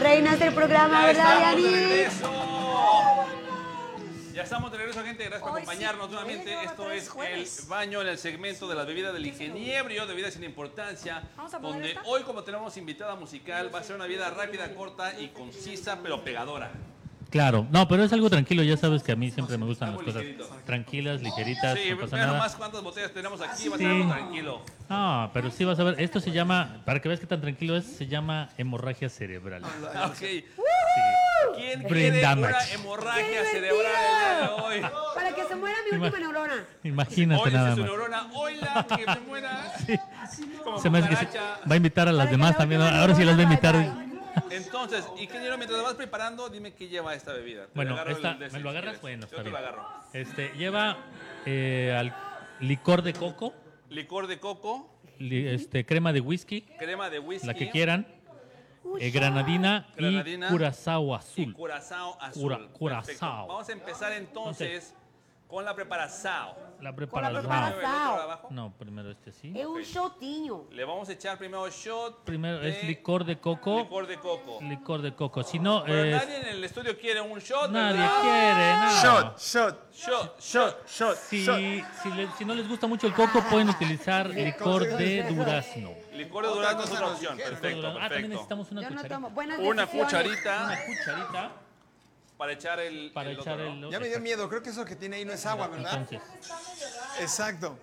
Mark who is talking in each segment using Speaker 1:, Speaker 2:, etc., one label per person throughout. Speaker 1: reinas del programa,
Speaker 2: Ya
Speaker 1: ¿verdad,
Speaker 2: estamos de
Speaker 1: Diani?
Speaker 2: regreso. Ya estamos de regreso, gente. Gracias por
Speaker 3: Hoy sí,
Speaker 2: acompañarnos
Speaker 3: hoy
Speaker 2: nuevamente.
Speaker 3: nuevo,
Speaker 2: Esto
Speaker 3: pero es
Speaker 2: es
Speaker 3: jueves.
Speaker 2: el baño en el segmento de las bebidas del ingeniero, bebidas sin importancia.
Speaker 3: Vamos a poner
Speaker 2: Donde
Speaker 3: esta.
Speaker 2: hoy, como tenemos invitada musical, va a ser una vida rápida, corta y concisa, pero pegadora.
Speaker 4: Claro, no, pero es algo tranquilo, ya sabes que a mí siempre me gustan las
Speaker 2: Algo
Speaker 4: cosas
Speaker 2: ligerito.
Speaker 4: tranquilas, ligeritas,
Speaker 2: Sí,
Speaker 4: no pasa
Speaker 2: vean
Speaker 4: nada.
Speaker 2: nomás cuántas botellas tenemos aquí. Va a
Speaker 4: Sí.
Speaker 2: ser algo tranquilo.
Speaker 4: No, pero sí vas a ver, esto se llama, para que veas qué tan tranquilo es, se llama hemorragia cerebral.
Speaker 2: Ah. Ok.
Speaker 4: Sí.
Speaker 2: ¿Quién
Speaker 4: Brain
Speaker 2: quiere una
Speaker 4: damage.
Speaker 2: hemorragia
Speaker 1: ¡Qué
Speaker 2: cerebral el día de hoy?
Speaker 1: Para que se muera mi última
Speaker 4: Ima-
Speaker 1: neurona.
Speaker 4: Imagínate
Speaker 2: Oye,
Speaker 4: nada
Speaker 2: su
Speaker 4: más.
Speaker 2: neurona, oila, que se muera. Como
Speaker 4: Se me hace que se-
Speaker 2: cucaracha.
Speaker 4: va a invitar a
Speaker 1: Para
Speaker 4: las
Speaker 1: que
Speaker 4: demás
Speaker 1: la
Speaker 4: también,
Speaker 1: última
Speaker 4: ahora sí las va a invitar.
Speaker 1: neurona,
Speaker 2: Entonces, ingeniero, mientras lo vas preparando, dime qué lleva esta bebida. Te
Speaker 4: Bueno,
Speaker 2: agarro el
Speaker 4: esta,
Speaker 2: de ese,
Speaker 4: ¿me lo
Speaker 2: si
Speaker 4: agarras?
Speaker 2: quieres.
Speaker 4: Bueno,
Speaker 2: Yo
Speaker 4: está
Speaker 2: te
Speaker 4: bien.
Speaker 2: lo agarro.
Speaker 4: Este, lleva eh, al- licor de coco,
Speaker 2: Licor de coco,
Speaker 4: li- este, crema de whisky,
Speaker 2: crema de whisky,
Speaker 4: la que quieran, eh, granadina,
Speaker 2: Granadina
Speaker 4: y curazao
Speaker 2: y
Speaker 4: azul.
Speaker 2: curazao azul.
Speaker 4: Cura-
Speaker 2: Perfecto.
Speaker 4: curazao.
Speaker 2: Vamos a empezar entonces con la preparazao.
Speaker 4: La
Speaker 1: Con
Speaker 4: preparas.
Speaker 1: la
Speaker 2: Primero el
Speaker 4: Ah,
Speaker 2: otro de
Speaker 1: Curazao.
Speaker 2: abajo.
Speaker 4: No, primero este sí.
Speaker 1: Es un shotiño.
Speaker 2: Le vamos a echar primero shot.
Speaker 4: Primero
Speaker 2: de
Speaker 4: es licor de coco,
Speaker 2: licor de coco.
Speaker 4: licor de coco. Si no,
Speaker 2: Pero
Speaker 4: es-
Speaker 2: nadie en el estudio quiere un shot.
Speaker 4: nadie
Speaker 2: ¿verdad?
Speaker 4: quiere, no.
Speaker 2: Ah.
Speaker 5: Shot, shot,
Speaker 2: Shot.
Speaker 5: shot, shot,
Speaker 4: Si,
Speaker 5: shot.
Speaker 4: si le- si no les gusta mucho el coco, pueden utilizar licor de durazno.
Speaker 2: Licor de durazno es otra opción. Perfecto,
Speaker 4: Ah, también
Speaker 2: perfecto.
Speaker 4: necesitamos una
Speaker 1: Yo no
Speaker 4: cucharita.
Speaker 1: tomo. Buenas
Speaker 2: Una
Speaker 1: decisiones.
Speaker 4: Una
Speaker 2: cucharita
Speaker 4: cucharita
Speaker 2: para echar el,
Speaker 4: para
Speaker 2: el otro,
Speaker 4: echar
Speaker 2: ¿no?
Speaker 4: el
Speaker 5: Ya me dio miedo, creo que eso que tiene ahí no es agua, ¿verdad?
Speaker 4: Entonces,
Speaker 5: Exacto.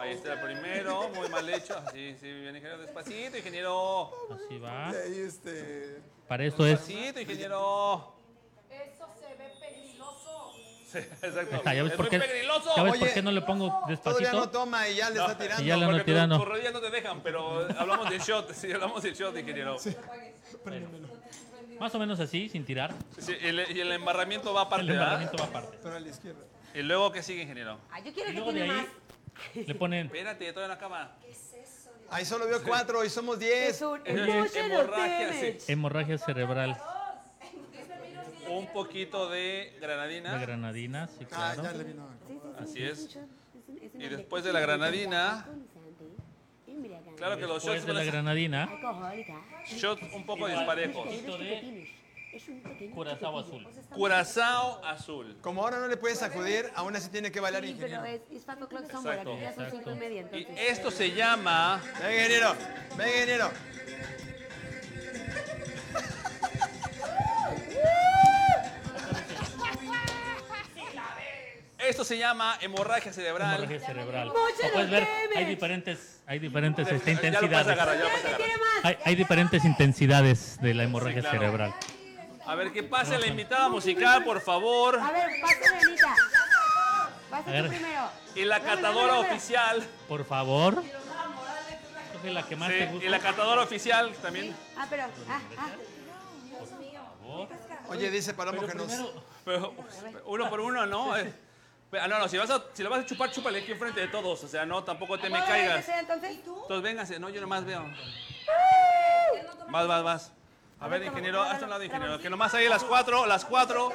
Speaker 2: Ahí está el primero, muy mal hecho. Sí, sí, bien, ingeniero, despacito, ingeniero.
Speaker 4: así va.
Speaker 5: Y ahí este.
Speaker 4: Para esto es.
Speaker 2: Despacito, ingeniero.
Speaker 6: Eso se ve peligroso.
Speaker 2: Sí, exacto.
Speaker 4: Ah, ¿Ya ves
Speaker 2: es
Speaker 4: por
Speaker 2: muy
Speaker 4: qué?
Speaker 2: peligroso.
Speaker 4: ya ves
Speaker 5: Oye,
Speaker 4: por qué no le pongo
Speaker 5: Todavía no
Speaker 4: despacito?
Speaker 5: toma y ya le está
Speaker 4: Y ya le
Speaker 5: tirando.
Speaker 2: Porque
Speaker 4: ando
Speaker 2: tus-
Speaker 4: tirando.
Speaker 2: tus rodillas no te dejan, pero hablamos del shot. Sí, hablamos del shot, ingeniero.
Speaker 4: Más o menos así, sin tirar.
Speaker 2: Sí, y, el, y el embarramiento va aparte,
Speaker 4: El embarramiento
Speaker 2: ¿verdad?
Speaker 4: va aparte.
Speaker 5: Pero a la izquierda.
Speaker 2: Y luego, ¿qué sigue, ingeniero?
Speaker 1: Ay, yo quiero
Speaker 4: Y
Speaker 1: que
Speaker 4: luego de
Speaker 1: tiene
Speaker 4: ahí
Speaker 1: más.
Speaker 4: le ponen
Speaker 2: Espérate, todavía no acaba.
Speaker 5: Ahí solo veo cuatro y somos diez.
Speaker 1: Es un
Speaker 2: Es
Speaker 1: emotional
Speaker 2: hemorragia,
Speaker 1: damage.
Speaker 4: hemorragia cerebral
Speaker 2: Un poquito de granadina.
Speaker 4: de granadina, sí,
Speaker 5: Ah, ya
Speaker 4: claro.
Speaker 5: le vino.
Speaker 2: Así es. Y después de la granadina. Claro que los
Speaker 4: Después
Speaker 2: shots
Speaker 4: de
Speaker 2: van
Speaker 4: la
Speaker 2: a ser
Speaker 4: granadina,
Speaker 1: Alcohólica.
Speaker 2: shots un poco disparejos.
Speaker 4: Poquito de
Speaker 1: Es un pequeño
Speaker 4: curazao
Speaker 1: chiquitillo.
Speaker 4: azul.
Speaker 2: Curazao azul.
Speaker 5: Como ahora no le puedes sacudir, aún así tiene que bailar
Speaker 1: Sí,
Speaker 5: ingeniero.
Speaker 1: pero es, es Paco Clock Somewhere,
Speaker 2: Exacto.
Speaker 1: aquí ya son cinco y media,
Speaker 2: Y
Speaker 1: entonces.
Speaker 2: esto se llama.
Speaker 5: Venga, ingeniero. Venga, ingeniero.
Speaker 2: Esto se llama hemorragia cerebral.
Speaker 4: Hemorragia cerebral.
Speaker 1: Mucho
Speaker 4: Como puedes ver, hay
Speaker 1: damage.
Speaker 4: diferentes, hay diferentes este,
Speaker 2: Ya lo puedes agarrar, ya
Speaker 4: intensidades.
Speaker 2: lo puedes
Speaker 1: ¡Ya
Speaker 2: agarrar.
Speaker 1: tiene más!
Speaker 4: Hay, hay diferentes intensidades de la hemorragia
Speaker 2: Sí, claro.
Speaker 4: cerebral.
Speaker 2: A ver, que pase la invitada musical, por favor.
Speaker 1: A ver, pásale, Anita. Pásale
Speaker 4: A
Speaker 1: tú
Speaker 4: ver.
Speaker 1: primero.
Speaker 2: Y la
Speaker 1: No, no, no,
Speaker 2: catadora
Speaker 1: no, no.
Speaker 2: oficial.
Speaker 4: Por favor. Coge la que más te
Speaker 2: Sí,
Speaker 4: gusta.
Speaker 2: y la catadora oficial también.
Speaker 1: Ah, pero. Ah, ah.
Speaker 5: Oye, dice Palomo que nos.
Speaker 4: Primero,
Speaker 2: Pero uno por uno, ¿no? Eh, Ah, no, no, si, vas a, si la vas a chupar, chúpale aquí enfrente de todos. O sea, no, tampoco te me
Speaker 1: ¿Cómo debe de
Speaker 2: caigas.
Speaker 1: ser, entonces?
Speaker 2: Entonces, véngase, no, yo nomás veo. Vas, vas, vas. A ver, ingeniero, hazte un lado, ingeniero. Que nomás ahí las cuatro, las cuatro,
Speaker 1: Ok.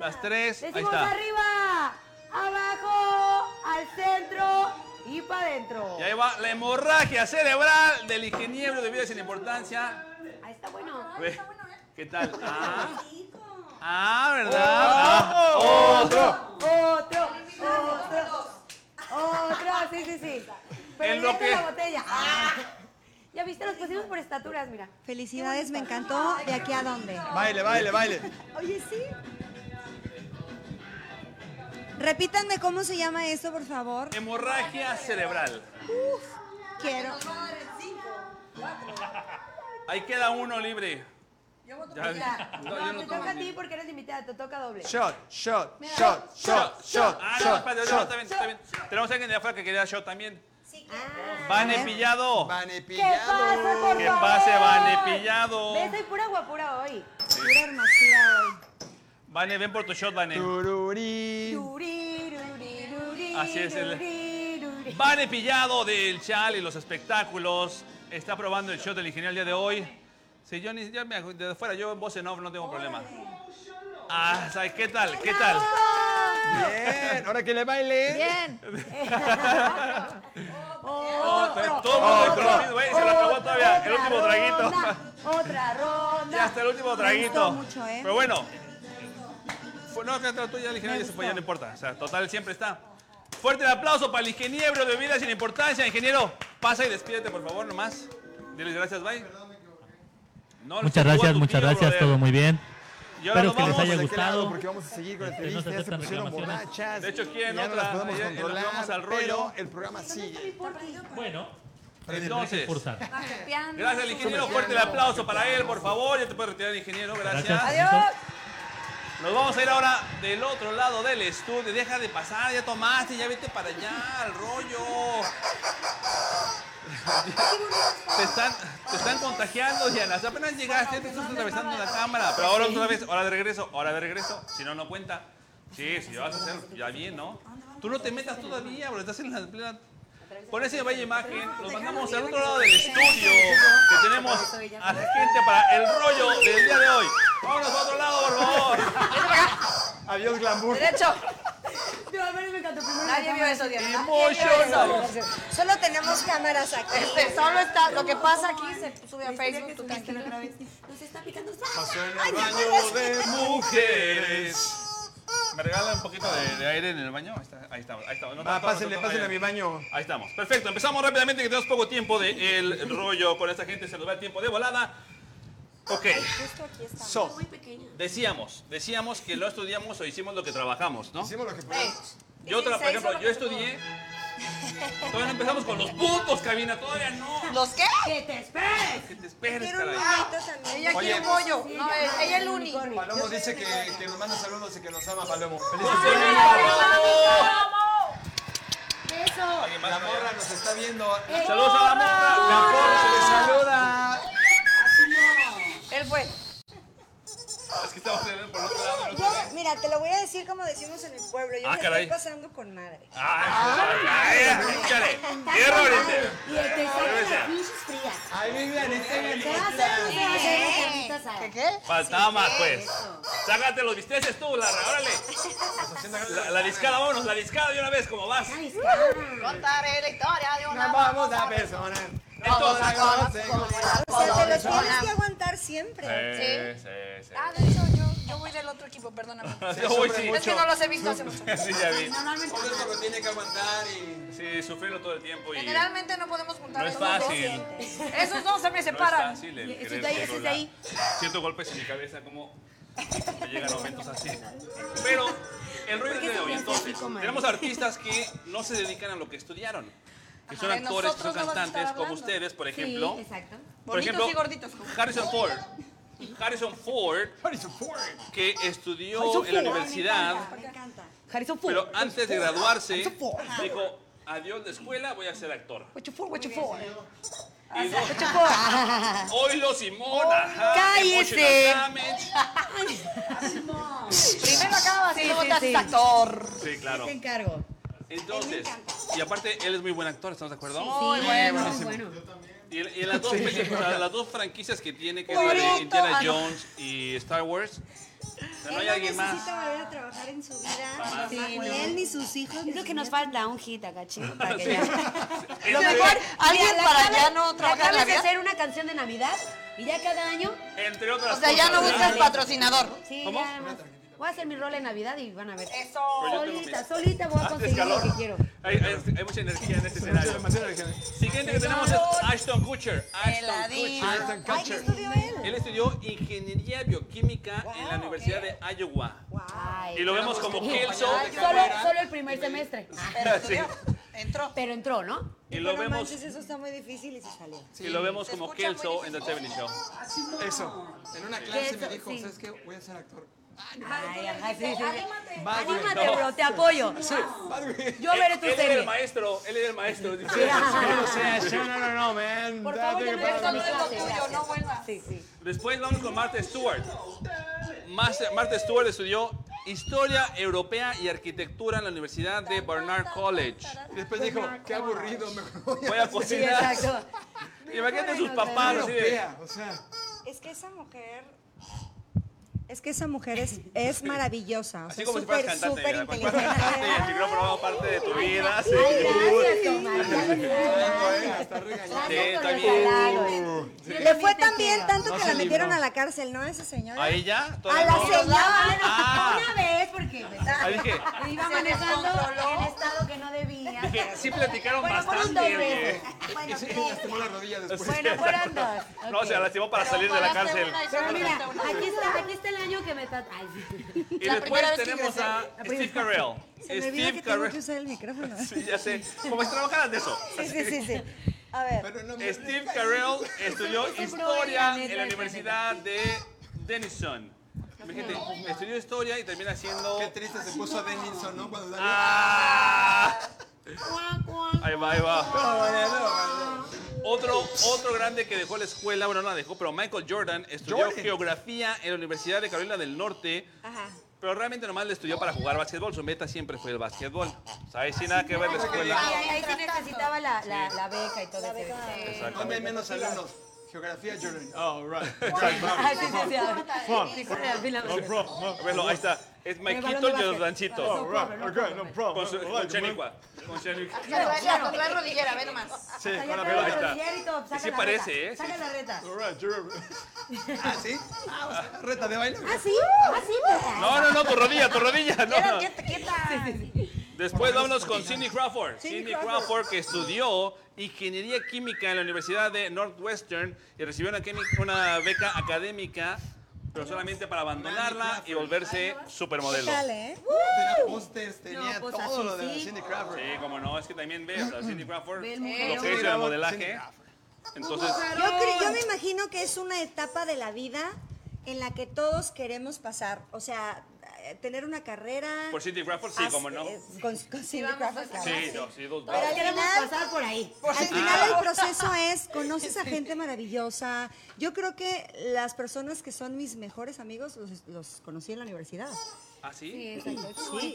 Speaker 2: las tres, ahí
Speaker 1: Decimos
Speaker 2: está.
Speaker 1: arriba, abajo, al centro y para adentro.
Speaker 2: Y ahí va la hemorragia cerebral del ingeniero de vida sin importancia.
Speaker 1: Ahí está
Speaker 5: Ah,
Speaker 1: bueno.
Speaker 5: ¿eh?
Speaker 2: Ve, ¿Qué tal? Ah, ah ¿verdad?
Speaker 5: Oh.
Speaker 2: Ah,
Speaker 1: Otro, otro, otro. Otro, sí, sí, sí. Pero
Speaker 2: En lo
Speaker 1: directo
Speaker 2: que-
Speaker 1: en la botella. Ah. Ya viste, nos pusimos por estaturas, mira.
Speaker 7: Felicidades, me encantó. ¿De aquí a dónde?
Speaker 5: Baile, baile, baile.
Speaker 7: Oye, sí. Repítanme cómo se llama esto, por favor.
Speaker 2: hemorragia cerebral.
Speaker 7: Quiero.
Speaker 2: Ahí queda uno libre. Ya vi.
Speaker 1: Mira,
Speaker 2: No, yo
Speaker 1: no,
Speaker 2: no
Speaker 1: te
Speaker 2: tomo.
Speaker 1: toca a ti porque eres invitada, te toca doble.
Speaker 5: Shot, shot, shot, shot, shot,
Speaker 2: Ah, no,
Speaker 5: shot,
Speaker 2: espérate, no,
Speaker 5: shot.
Speaker 2: está bien, está bien. Tenemos a alguien de afuera que quería show también.
Speaker 1: Ah.
Speaker 2: Vane Pillado.
Speaker 5: Vane
Speaker 1: ¿Qué pasa,
Speaker 5: pillado.
Speaker 1: por
Speaker 2: Que
Speaker 1: favor?
Speaker 2: pase, Vane Pillado.
Speaker 1: Ve, soy pura guapura hoy.
Speaker 7: Pura hermosura hoy.
Speaker 2: Vane, ven por tu shot, Vane.
Speaker 5: Tururí.
Speaker 2: Así es, el-
Speaker 1: el...
Speaker 2: Vane Pillado del Chal y los espectáculos. Está probando el show del ingeniero el día de hoy. Si yo ni yo me, de afuera, yo en voz en off no tengo problema. Ah, ¿sabes qué tal? ¿Qué tal?
Speaker 5: Bien, ahora que le baile.
Speaker 7: Bien.
Speaker 2: Otro,
Speaker 1: otro.
Speaker 2: Todo el mundo
Speaker 1: otro,
Speaker 2: desconocido, güey, se lo acabó todavía, el
Speaker 1: otra
Speaker 2: último traguito.
Speaker 1: ronda, Otra ronda.
Speaker 2: Ya hasta el último traguito.
Speaker 7: Me gustó mucho, ¿eh?
Speaker 2: Pero bueno. Fue, no, que entró tú ya el ingeniero,
Speaker 7: Me
Speaker 2: ya se fue, ya
Speaker 7: gustó.
Speaker 2: no importa. O sea, total, siempre está. Fuerte el aplauso para el ingeniero de Vida Sin Importancia. Ingeniero, pasa y despídete, por favor, nomás. Diles gracias, bye. No,
Speaker 4: Muchas
Speaker 2: estuvo a
Speaker 4: gracias,
Speaker 2: tu
Speaker 4: muchas
Speaker 2: tío,
Speaker 4: gracias,
Speaker 2: brother.
Speaker 4: todo muy bien.
Speaker 2: Y ahora
Speaker 4: Espero
Speaker 2: nos
Speaker 4: que les
Speaker 2: vamos.
Speaker 4: haya
Speaker 5: de aquel lado
Speaker 4: gustado.
Speaker 5: porque vamos a seguir con la
Speaker 4: Este, no se
Speaker 5: entrevista. ya se
Speaker 4: aceptan
Speaker 5: pusieron
Speaker 4: reclamaciones.
Speaker 5: borrachas.
Speaker 2: De hecho, ¿quién?
Speaker 5: ya no
Speaker 2: Otra,
Speaker 5: las podemos
Speaker 2: ya, en lo que
Speaker 5: controlar,
Speaker 2: vamos al rollo.
Speaker 5: pero el programa sigue.
Speaker 4: Bueno,
Speaker 2: Entonces,
Speaker 4: forzar.
Speaker 7: Macapeando,
Speaker 2: gracias al ingeniero.
Speaker 7: sumergiendo.
Speaker 2: Fuerte el aplauso para él, por favor. Ya te puedes retirar, ingeniero.
Speaker 4: Gracias.
Speaker 2: gracias.
Speaker 1: Adiós.
Speaker 2: Nos vamos a ir ahora del otro lado del estudio. Deja de pasar, ya tomaste, ya vete para allá, al rollo. te, están, te están contagiando, Diana. O sea, apenas llegaste, ya te estás atravesando la cámara. Pero ahora otra vez, ahora de regreso, ahora de regreso. Si no, no cuenta. Sí, si vas a hacer, ya bien, ¿no? Tú no te metas todavía, bro. Estás en la plena... Con ese valle imagen, los mandamos al otro lado del estudio que tenemos a la gente para el rollo del día de hoy. Vámonos a otro lado, por favor.
Speaker 5: Adiós, glamour.
Speaker 1: Derecho.
Speaker 7: Yo, a ver, me encantó primero la
Speaker 1: Nadie vio
Speaker 7: cámara.
Speaker 1: eso, Diana.
Speaker 2: Emotional.
Speaker 7: Solo tenemos cámaras aquí.
Speaker 6: Este, solo está, lo que pasa aquí se sube a Facebook, tú tranquilo.
Speaker 1: Nos está picando
Speaker 5: Pasó en el
Speaker 7: Ay, me
Speaker 5: baño
Speaker 7: acuerdo.
Speaker 5: de
Speaker 2: Mujeres. ¿Me regalan un poquito de, de aire en el baño? Ahí está- Ahí estamos, ahí estamos. No,
Speaker 5: Ah,
Speaker 2: no, no,
Speaker 5: pásenle,
Speaker 2: no, no,
Speaker 5: pásenle a
Speaker 2: ahí.
Speaker 5: mi baño.
Speaker 2: Ahí estamos. Perfecto, empezamos rápidamente que tenemos poco tiempo de el rollo con esta gente, se nos va el tiempo de volada. Ok,
Speaker 5: So,
Speaker 2: decíamos, decíamos que lo estudiamos o hicimos lo que trabajamos, ¿no?
Speaker 5: hicimos lo que pudimos.
Speaker 2: Yo, tra- por ejemplo, yo estudié. Todavía no empezamos con los puntos, cabina, todavía no.
Speaker 6: ¿Los qué?
Speaker 1: ¡Que te esperes!
Speaker 2: Que te esperes,
Speaker 7: Quiero un
Speaker 2: caray.
Speaker 7: momento también.
Speaker 6: Ella
Speaker 5: Oye.
Speaker 6: quiere un pollo. No, eh, ella el uni.
Speaker 5: Palomo dice que, que nos manda saludos y que nos ama, Palomo. Feliz
Speaker 1: ¡Eso!
Speaker 2: Alguien más,
Speaker 5: La
Speaker 2: ¿no?
Speaker 5: morra nos está viendo.
Speaker 2: Saludos a la morra.
Speaker 5: La morra le saluda.
Speaker 6: Él fue.
Speaker 2: Es que estaba teniendo por otro lado.
Speaker 7: Yo, mira, te lo voy a decir como decimos en el pueblo. Yo
Speaker 2: Ah,
Speaker 7: me
Speaker 2: caray.
Speaker 7: estoy pasando con madre.
Speaker 2: ¡Ay! ¡Ay! ¡Échale! ¡Tierra ahorita!
Speaker 1: Y que te saquen las pinches frías.
Speaker 5: Ay, vengan, vengan.
Speaker 6: ¿Qué qué?
Speaker 2: Faltaba más, pues. Sácate los bisteces tú, Larra, órale. La, la discada, vámonos, la discada de una vez, como vas.
Speaker 6: Contaré la historia de una
Speaker 5: Vamos a
Speaker 6: famosa
Speaker 5: personas.
Speaker 2: Entonces-
Speaker 7: O sea, te los tienes que aguantar siempre.
Speaker 2: Sí, sí, sí.
Speaker 6: Ah, de hecho, yo, yo voy del otro equipo, perdóname.
Speaker 2: Yo voy, sí.
Speaker 6: Es que no los he visto hace mucho.
Speaker 2: Sí, ya vi.
Speaker 5: Todo esto lo tiene que aguantar y.
Speaker 2: Sí, sufrirlo todo el tiempo y no
Speaker 6: Generalmente no podemos juntar
Speaker 2: es
Speaker 6: esos dos.
Speaker 2: fácil.
Speaker 6: Esos dos se me
Speaker 2: No es
Speaker 6: separan.
Speaker 2: fácil el
Speaker 1: Ese
Speaker 2: querer
Speaker 1: de ahí, ese de
Speaker 2: controlar.
Speaker 1: ahí.
Speaker 2: Siento golpes en mi cabeza como me llegan momentos así. Pero el rollo es de hoy, entonces, tenemos artistas que no se dedican a lo que estudiaron. Que son
Speaker 6: Ajá, de
Speaker 2: actores, que son
Speaker 6: nosotros no vas a estar
Speaker 2: cantantes, como
Speaker 6: hablando.
Speaker 2: ustedes, por ejemplo.
Speaker 1: Sí, exacto.
Speaker 2: Por
Speaker 6: Bonitos
Speaker 2: ejemplo,
Speaker 6: y gorditos.
Speaker 2: Harrison Ford. Harrison Ford, que estudió en la universidad,
Speaker 7: Ah, Me encanta.
Speaker 1: Harrison Ford.
Speaker 2: pero antes de graduarse, dijo, adiós de escuela, voy a ser actor.
Speaker 6: What you for, what you for. Ah,
Speaker 2: Y dijo, Oilo Simón, ajá,
Speaker 1: cállese.
Speaker 2: emotional damage.
Speaker 6: Primero acabas y luego
Speaker 1: sí,
Speaker 6: te haces
Speaker 1: sí.
Speaker 6: actor.
Speaker 2: Sí, claro.
Speaker 1: Te encargo.
Speaker 2: Entonces, y aparte, él es muy buen actor, ¿estamos de acuerdo?
Speaker 6: Muy bueno.
Speaker 1: Muy bueno.
Speaker 2: Y, y en las dos, películas, las dos franquicias que tiene, que es la de
Speaker 6: Correcto.
Speaker 2: Indiana
Speaker 6: Ah, no.
Speaker 2: Jones y Star Wars, o sea, no hay
Speaker 7: Él
Speaker 2: alguien
Speaker 7: no
Speaker 2: más.
Speaker 7: necesita volver a trabajar en su vida.
Speaker 1: Sí,
Speaker 7: Ni
Speaker 1: no.
Speaker 7: él ni sus hijos.
Speaker 1: Es lo que nos falta, un hit acá, chido, para que ya...
Speaker 6: Lo
Speaker 2: Ese-
Speaker 6: mejor, alguien
Speaker 1: Mira, la
Speaker 6: para
Speaker 1: clave-
Speaker 6: ya no trabajar en la
Speaker 1: clave es
Speaker 6: vida.
Speaker 1: hacer una canción de Navidad y ya cada año...
Speaker 2: Entre otras
Speaker 6: O sea, ya
Speaker 2: cosas,
Speaker 6: no
Speaker 2: ¿verdad?
Speaker 6: buscas patrocinador.
Speaker 1: Sí,
Speaker 2: ¿Cómo?
Speaker 1: ya nada más. Voy a hacer mi rol en Navidad y van a ver.
Speaker 2: Pero yo
Speaker 6: Eso.
Speaker 2: tengo
Speaker 1: Solita,
Speaker 2: mis-
Speaker 1: solita voy a
Speaker 2: Haces
Speaker 1: conseguir lo
Speaker 2: Ah, calor.
Speaker 1: que quiero.
Speaker 2: Hay, hay- hay mucha energía en este escenario.
Speaker 5: Demasiado original.
Speaker 2: Siguiente que tenemos es Ashton Kutcher. Ashton
Speaker 6: Heladín.
Speaker 2: Kutcher.
Speaker 5: Ashton
Speaker 7: Ay, ¿qué
Speaker 5: Kutcher.
Speaker 7: estudió él?
Speaker 2: Él estudió ingeniería bioquímica en la Universidad de Iowa.
Speaker 1: Ay.
Speaker 2: Y lo vemos como Kelso.
Speaker 1: Solo, solo el primer semestre. Ah,
Speaker 6: Pero
Speaker 2: Sí.
Speaker 6: estudió. Entró.
Speaker 1: Pero entró, ¿no?
Speaker 2: Y lo
Speaker 7: No
Speaker 2: vemos,
Speaker 7: manches, eso está muy difícil y se salió.
Speaker 2: y lo vemos
Speaker 6: Se
Speaker 2: como
Speaker 6: escucha muy
Speaker 2: Kelso en The 70 Show.
Speaker 5: Eso. En una clase me
Speaker 1: Eso,
Speaker 5: dijo,
Speaker 1: sí.
Speaker 5: ¿sabes qué? Voy a ser actor.
Speaker 1: Ay, ajá, sí, sí.
Speaker 5: Va, güey.
Speaker 1: Anímate, bro, te apoyo.
Speaker 5: Va, güey.
Speaker 1: Yo veré tu
Speaker 2: él, él era el
Speaker 1: serie.
Speaker 2: maestro. Él era el maestro. dice.
Speaker 5: No sé, yo no, no, no, man.
Speaker 1: Por
Speaker 5: Date
Speaker 1: favor, ya
Speaker 5: que
Speaker 1: no
Speaker 5: para-
Speaker 1: vayas a mi
Speaker 6: Eso no es
Speaker 1: clase.
Speaker 6: lo tuyo, no vuelvas.
Speaker 1: Sí, sí.
Speaker 2: Después vamos con Martha Stewart. Mas- Martha Stewart estudió Historia Europea y Arquitectura en la Universidad de Barnard College.
Speaker 5: Y Después dijo, qué aburrido, mejor voy a
Speaker 2: Voy a
Speaker 1: Sí,
Speaker 2: cocinar.
Speaker 1: exacto.
Speaker 2: Imagínate sus
Speaker 5: ser
Speaker 2: papás así de...
Speaker 5: europea. O sea,
Speaker 7: Es que esa mujer. Es que esa mujer es, es maravillosa. O
Speaker 2: Así
Speaker 7: sea,
Speaker 2: como si
Speaker 7: súper,
Speaker 2: fueras cantante.
Speaker 7: súper
Speaker 2: Diana, cuando fueras cantante y el
Speaker 7: inteligente.
Speaker 2: micrófono va parte de tu vida. Sí, Sí, está bien.
Speaker 7: Le fue tan bien, tanto que la metieron a la cárcel, ¿no? Esa señora.
Speaker 2: ¿A ella?
Speaker 7: a
Speaker 2: Todavía
Speaker 7: la
Speaker 2: no.
Speaker 7: señora.
Speaker 2: Ah.
Speaker 1: Una vez, porque pues,
Speaker 2: Ah, dije,
Speaker 1: iba manejando en estado que no debía.
Speaker 2: dije, sí platicaron
Speaker 1: Bueno, fueron
Speaker 2: bastante.
Speaker 1: dos
Speaker 2: oye.
Speaker 1: veces.
Speaker 5: Y
Speaker 1: Bueno,
Speaker 5: sí,
Speaker 1: tres.
Speaker 5: lastimó la rodilla después.
Speaker 1: Bueno, fueron dos.
Speaker 2: No,
Speaker 1: Ok.
Speaker 2: se lastimó para salir de la cárcel.
Speaker 1: Pero mira, aquí está, aquí está el año que me trató. Ay, sí.
Speaker 2: Y
Speaker 6: La primera
Speaker 2: después
Speaker 6: vez que
Speaker 2: tenemos a Steve Carell.
Speaker 7: Se me olvida que
Speaker 2: Steve
Speaker 7: tengo que
Speaker 2: Carell.
Speaker 7: usar el micrófono. Sí,
Speaker 2: Sí, ya sé. Como si trabajaras de eso.
Speaker 7: sí, sí. sí. A ver.
Speaker 5: Pero no me-
Speaker 2: Steve Carell estudió
Speaker 1: Eso es un
Speaker 2: historia
Speaker 1: problema, neta,
Speaker 2: en la
Speaker 1: neta,
Speaker 2: Universidad de Denison. Fíjate, estudió historia y termina siendo.
Speaker 5: Qué triste se puso Denilson, ¿no? Cuando salió.
Speaker 2: ¡Ah! Ahí va, ahí va.
Speaker 5: No, vale, no, vale.
Speaker 2: Otro, otro grande que dejó la escuela, bueno, no la dejó, pero Michael Jordan estudió
Speaker 5: Jordan.
Speaker 2: geografía en la Universidad de Carolina del Norte.
Speaker 7: Ajá.
Speaker 2: Pero realmente nomás le estudió para jugar básquetbol. Su meta siempre fue el básquetbol. O sea, ahí sí nada que ver la escuela.
Speaker 1: Ahí, ahí sí necesitaba la, la, la beca y todo eso. Sí.
Speaker 5: ¿Dónde hay
Speaker 2: Exactamente.
Speaker 5: menos alumnos? Geografía, Jordan. Oh, right.
Speaker 1: Ah, sí, sí, sí. Sí, corre, al fin la-
Speaker 2: Verlo, ahí está. Es Maikito Jordancito.
Speaker 5: no problem.
Speaker 2: Con, su, con Chenicua. Con Chenicua.
Speaker 6: Claro, con la rodillera, ve nomás.
Speaker 5: Sí,
Speaker 1: Allá
Speaker 5: con la
Speaker 1: atrás
Speaker 2: ahí
Speaker 1: de
Speaker 2: está.
Speaker 1: rodillera y todo, pues, saca
Speaker 2: sí
Speaker 1: la
Speaker 2: parece,
Speaker 1: reta,
Speaker 2: ¿eh?
Speaker 1: Saca la reta.
Speaker 5: Ah, ¿sí? Ah, o sea, reta de baile.
Speaker 1: ¿Ah, sí? ¿Ah, sí?
Speaker 2: No, no, no, tu rodilla, tu rodilla. No, no.
Speaker 1: tal?
Speaker 2: Después vámonos con Cindy Crawford. Cindy Crawford que estudió ingeniería química en la Universidad de Northwestern y recibió una, quimi- una beca académica, pero solamente para abandonarla y volverse supermodelo.
Speaker 7: Dale, ¿eh?
Speaker 5: Tenía pósters, tenía
Speaker 1: No, pues
Speaker 5: todo
Speaker 1: así
Speaker 5: lo de la
Speaker 1: sí.
Speaker 5: Cindy Crawford.
Speaker 2: Sí, como no, es que también ves a Cindy Crawford,
Speaker 1: Ve el
Speaker 2: lo
Speaker 1: modelo.
Speaker 2: que hizo en el
Speaker 5: Cindy
Speaker 2: modelaje.
Speaker 5: Crawford.
Speaker 2: Entonces,
Speaker 7: Yo, creo- yo me imagino que es una etapa de la vida en la que todos queremos pasar. O sea, eh, tener una carrera.
Speaker 2: por Cindy Crawford, sí,
Speaker 7: as-
Speaker 2: como no.
Speaker 7: eh, Con, con Cindy Crawford, claro.
Speaker 2: Sí, yo, sí, dos
Speaker 7: Pero al
Speaker 1: Queremos
Speaker 7: final-
Speaker 1: pasar por ahí.
Speaker 7: Al final el proceso es, conoces a gente maravillosa. Yo creo que las personas que son mis mejores amigos los, los conocí en la universidad.
Speaker 2: ¿Ah, sí?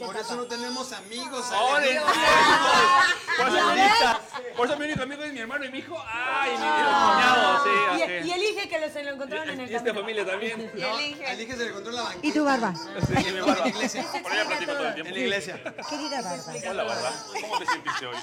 Speaker 5: Por eso no tenemos amigos.
Speaker 2: Ahora
Speaker 5: Ale.
Speaker 2: entiendo. Oh, Por eso mi única- Por eso mi único amigo es mi hermano y mi hijo. ¡Ay, mi cuñado! Sí,
Speaker 1: Ah. Y, y
Speaker 2: ok.
Speaker 1: elige que los, se lo encontraron en el
Speaker 2: Y esta
Speaker 1: camino.
Speaker 2: familia también.
Speaker 6: Y elige.
Speaker 5: Elige se le encontró en la banqueta.
Speaker 7: ¿Y tu barba?
Speaker 2: Sí, mi barba.
Speaker 5: En la iglesia.
Speaker 2: Por ella platico todo el tiempo.
Speaker 5: En la iglesia.
Speaker 7: Querida barba.
Speaker 2: Hola, barba. ¿Cómo te sentiste hoy?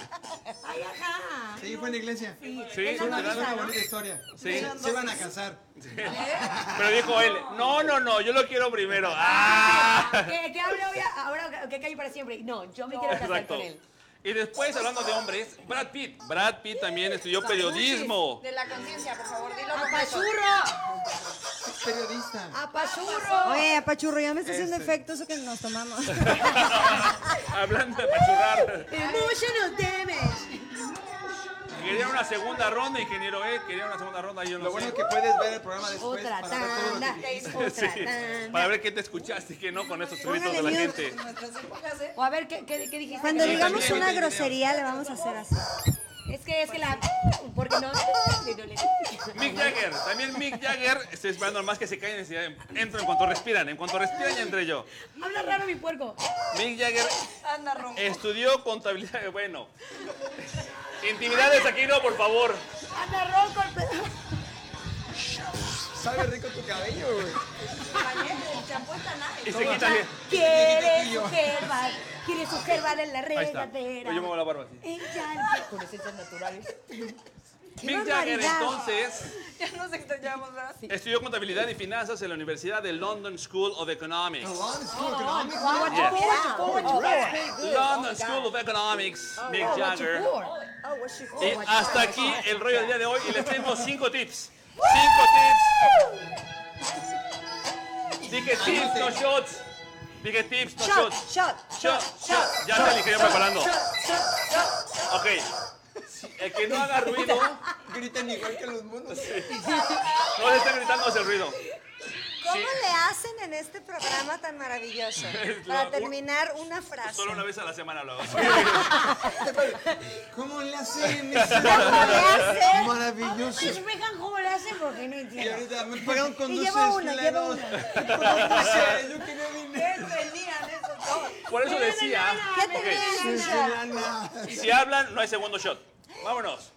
Speaker 5: Ah. Sí, fue en la iglesia.
Speaker 2: Sí,
Speaker 5: Fue una
Speaker 2: ¿verdad?
Speaker 5: bonita historia.
Speaker 2: Sí.
Speaker 5: Se iban a casar.
Speaker 2: Pero dijo él, no, no, no, yo lo quiero primero. ¡Ah!
Speaker 1: Que, que hable ahora- ahora que calle para siempre. No, yo me quiero casar
Speaker 2: Exacto.
Speaker 1: con él.
Speaker 2: Y después, hablando de hombres, Brad Pitt. Brad Pitt también estudió periodismo.
Speaker 6: De la conciencia, por favor, dilo completo.
Speaker 1: ¡Apachurro!
Speaker 5: Es periodista.
Speaker 1: ¡Apachurro!
Speaker 7: Oye, Pachurro, ya me está haciendo efecto eso que nos tomamos.
Speaker 2: Hablando de pachurrar.
Speaker 1: Emotional damage.
Speaker 2: Quería una segunda ronda, ingeniero, ¿eh? Quería una segunda ronda, yo
Speaker 5: Lo
Speaker 2: no
Speaker 5: bueno
Speaker 2: sé.
Speaker 5: que puedes ver el programa después
Speaker 1: Otra
Speaker 5: para ver todo lo que
Speaker 1: tanda. Otra
Speaker 2: Sí,
Speaker 1: tanda.
Speaker 2: para ver qué te escuchaste y qué no con estos gritos
Speaker 7: Póngale
Speaker 2: de la
Speaker 7: mute.
Speaker 2: gente.
Speaker 1: O a ver, ¿qué, qué, qué dijiste?
Speaker 7: Cuando
Speaker 1: que-
Speaker 7: digamos
Speaker 5: también.
Speaker 7: una grosería le vamos a hacer así.
Speaker 1: Es que es que la... Porque no...
Speaker 2: Mick Jagger, también Mick Jagger. Estoy esperando más que se callen y se- entro en cuanto respiran. En cuanto respiran ya entré yo.
Speaker 1: Habla raro mi puerco.
Speaker 2: Mick Jagger
Speaker 6: Anda, rompe.
Speaker 2: estudió contabilidad. Bueno. Intimidades aquí no, por favor.
Speaker 1: Anda ronco el pedo.
Speaker 5: Sabe rico tu cabello, güey.
Speaker 6: El champú está nice.
Speaker 2: Y se quitan.
Speaker 1: Quiere su gerba. Quiere su gerba de la
Speaker 2: Ahí está.
Speaker 1: regadera.
Speaker 2: Pues yo me hago la barba así.
Speaker 1: Ella... Con esencias naturales.
Speaker 2: Mick Jagger
Speaker 7: barbaridad!
Speaker 2: entonces
Speaker 6: Ya nos extrañamos, ¿verdad? Sí.
Speaker 2: estudió contabilidad y finanzas en la Universidad de London School of Economics.
Speaker 1: Oh, what you for?
Speaker 2: London School of Economics, Mick Jagger. Y hasta aquí el rollo del día de hoy y les tenemos cinco tips. Cinco tips. Dije tips, no shots. Dije tips, no
Speaker 7: Shot,
Speaker 2: shots.
Speaker 7: shot,
Speaker 2: Shot, shot. Ya está el ingeniero preparando. Ok. Si- El que no haga ruido,
Speaker 5: Gritan igual que los monos.
Speaker 2: no le está gritando hacia el ruido.
Speaker 7: ¿Cómo le hacen en este programa tan maravilloso para terminar una frase?
Speaker 2: Solo una vez a la semana lo hago.
Speaker 5: ¿Cómo le hacen? Es
Speaker 7: ¿Cómo le hacen?
Speaker 5: maravilloso.
Speaker 1: Pues vean cómo le hacen porque no
Speaker 5: Y
Speaker 1: entiendo.
Speaker 5: ahorita me pagaron con
Speaker 7: Y
Speaker 5: dulces
Speaker 7: lleva una, lleva
Speaker 5: culeros.
Speaker 7: una.
Speaker 5: Dulces, Yo quería dinero.
Speaker 1: Pues,
Speaker 6: Venían esos dos.
Speaker 2: Por eso decía,
Speaker 7: ¿Qué
Speaker 2: ok,
Speaker 7: tenían?
Speaker 2: si hablan, no hay segundo shot. Vámonos.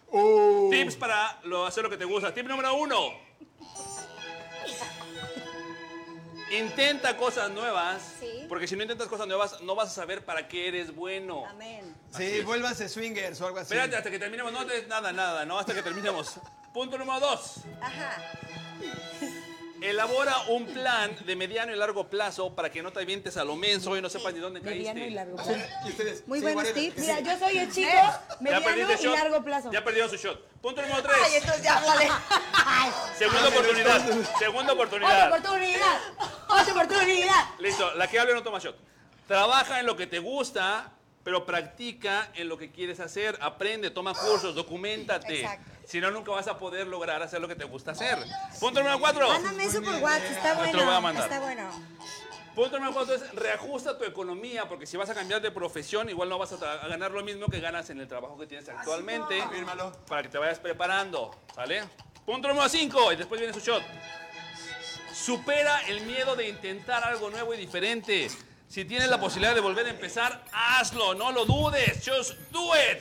Speaker 2: Tips para lo- hacer lo que te gusta. Tip número uno. Intenta cosas nuevas,
Speaker 6: Sí.
Speaker 2: porque si no intentas cosas nuevas, no vas a saber para qué eres bueno.
Speaker 7: Amén.
Speaker 2: Así
Speaker 5: Sí,
Speaker 2: es.
Speaker 5: vuélvanse swingers o algo así.
Speaker 2: Espérate hasta que terminemos, no te nada, nada, no, hasta que terminemos. Punto número dos.
Speaker 7: Ajá.
Speaker 2: Elabora un plan de mediano y largo plazo para que no te avientes a lo menso y no sepas ni dónde caíste.
Speaker 1: Mediano y largo
Speaker 5: Sí,
Speaker 1: plazo.
Speaker 5: y ustedes,
Speaker 7: Muy
Speaker 5: sí,
Speaker 7: buenos
Speaker 5: guarden-
Speaker 7: tips.
Speaker 1: Mira, yo soy el chico mediano
Speaker 2: perdiste
Speaker 1: y
Speaker 2: shot.
Speaker 1: largo plazo.
Speaker 2: Ya perdió su shot. Punto número tres.
Speaker 6: Ay, entonces ya háblale.
Speaker 2: Segunda
Speaker 1: Ah,
Speaker 2: oportunidad. Segunda
Speaker 1: Otra
Speaker 2: oportunidad.
Speaker 1: oportunidad. Otra oportunidad.
Speaker 2: Listo, la que hable no toma shot. Trabaja en lo que te gusta, pero practica en lo que quieres hacer. Aprende, toma cursos, documentate.
Speaker 6: Exacto.
Speaker 2: Si no, nunca vas a poder lograr hacer lo que te gusta hacer. Punto número cuatro.
Speaker 7: Mándame eso por WhatsApp, está
Speaker 2: Yo te lo
Speaker 7: bueno.
Speaker 2: voy a mandar.
Speaker 7: Está bueno.
Speaker 2: Punto número cuatro es reajusta tu economía, porque si vas a cambiar de profesión, igual no vas a, tra- a ganar lo mismo que ganas en el trabajo que tienes actualmente.
Speaker 5: Fírmalo.
Speaker 2: Para que te vayas preparando, ¿sale? Punto número cinco, y después viene su shot. Supera el miedo de intentar algo nuevo y diferente. Si tienes la posibilidad de volver a empezar, hazlo, no lo dudes. Just do it.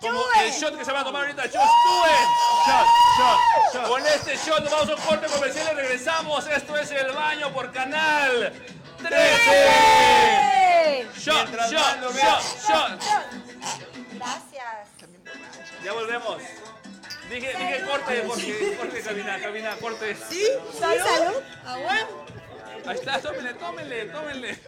Speaker 2: Como el shot que se va a tomar ahorita, just do it.
Speaker 5: Shot, shot, shot.
Speaker 2: Con este shot nos vamos a un corte comercial y regresamos. Esto es El Baño por Canal 13. Shot,
Speaker 5: Mientras
Speaker 2: shot,
Speaker 5: más lo
Speaker 2: shot,
Speaker 5: veas.
Speaker 2: shot.
Speaker 6: Gracias.
Speaker 2: Ya volvemos. Dije, dije corte, Jorge, corte, cabina, cabina, corte.
Speaker 7: ¿Salud? ¿Salud?
Speaker 2: Ahí está, tómenle, tómenle, tómenle.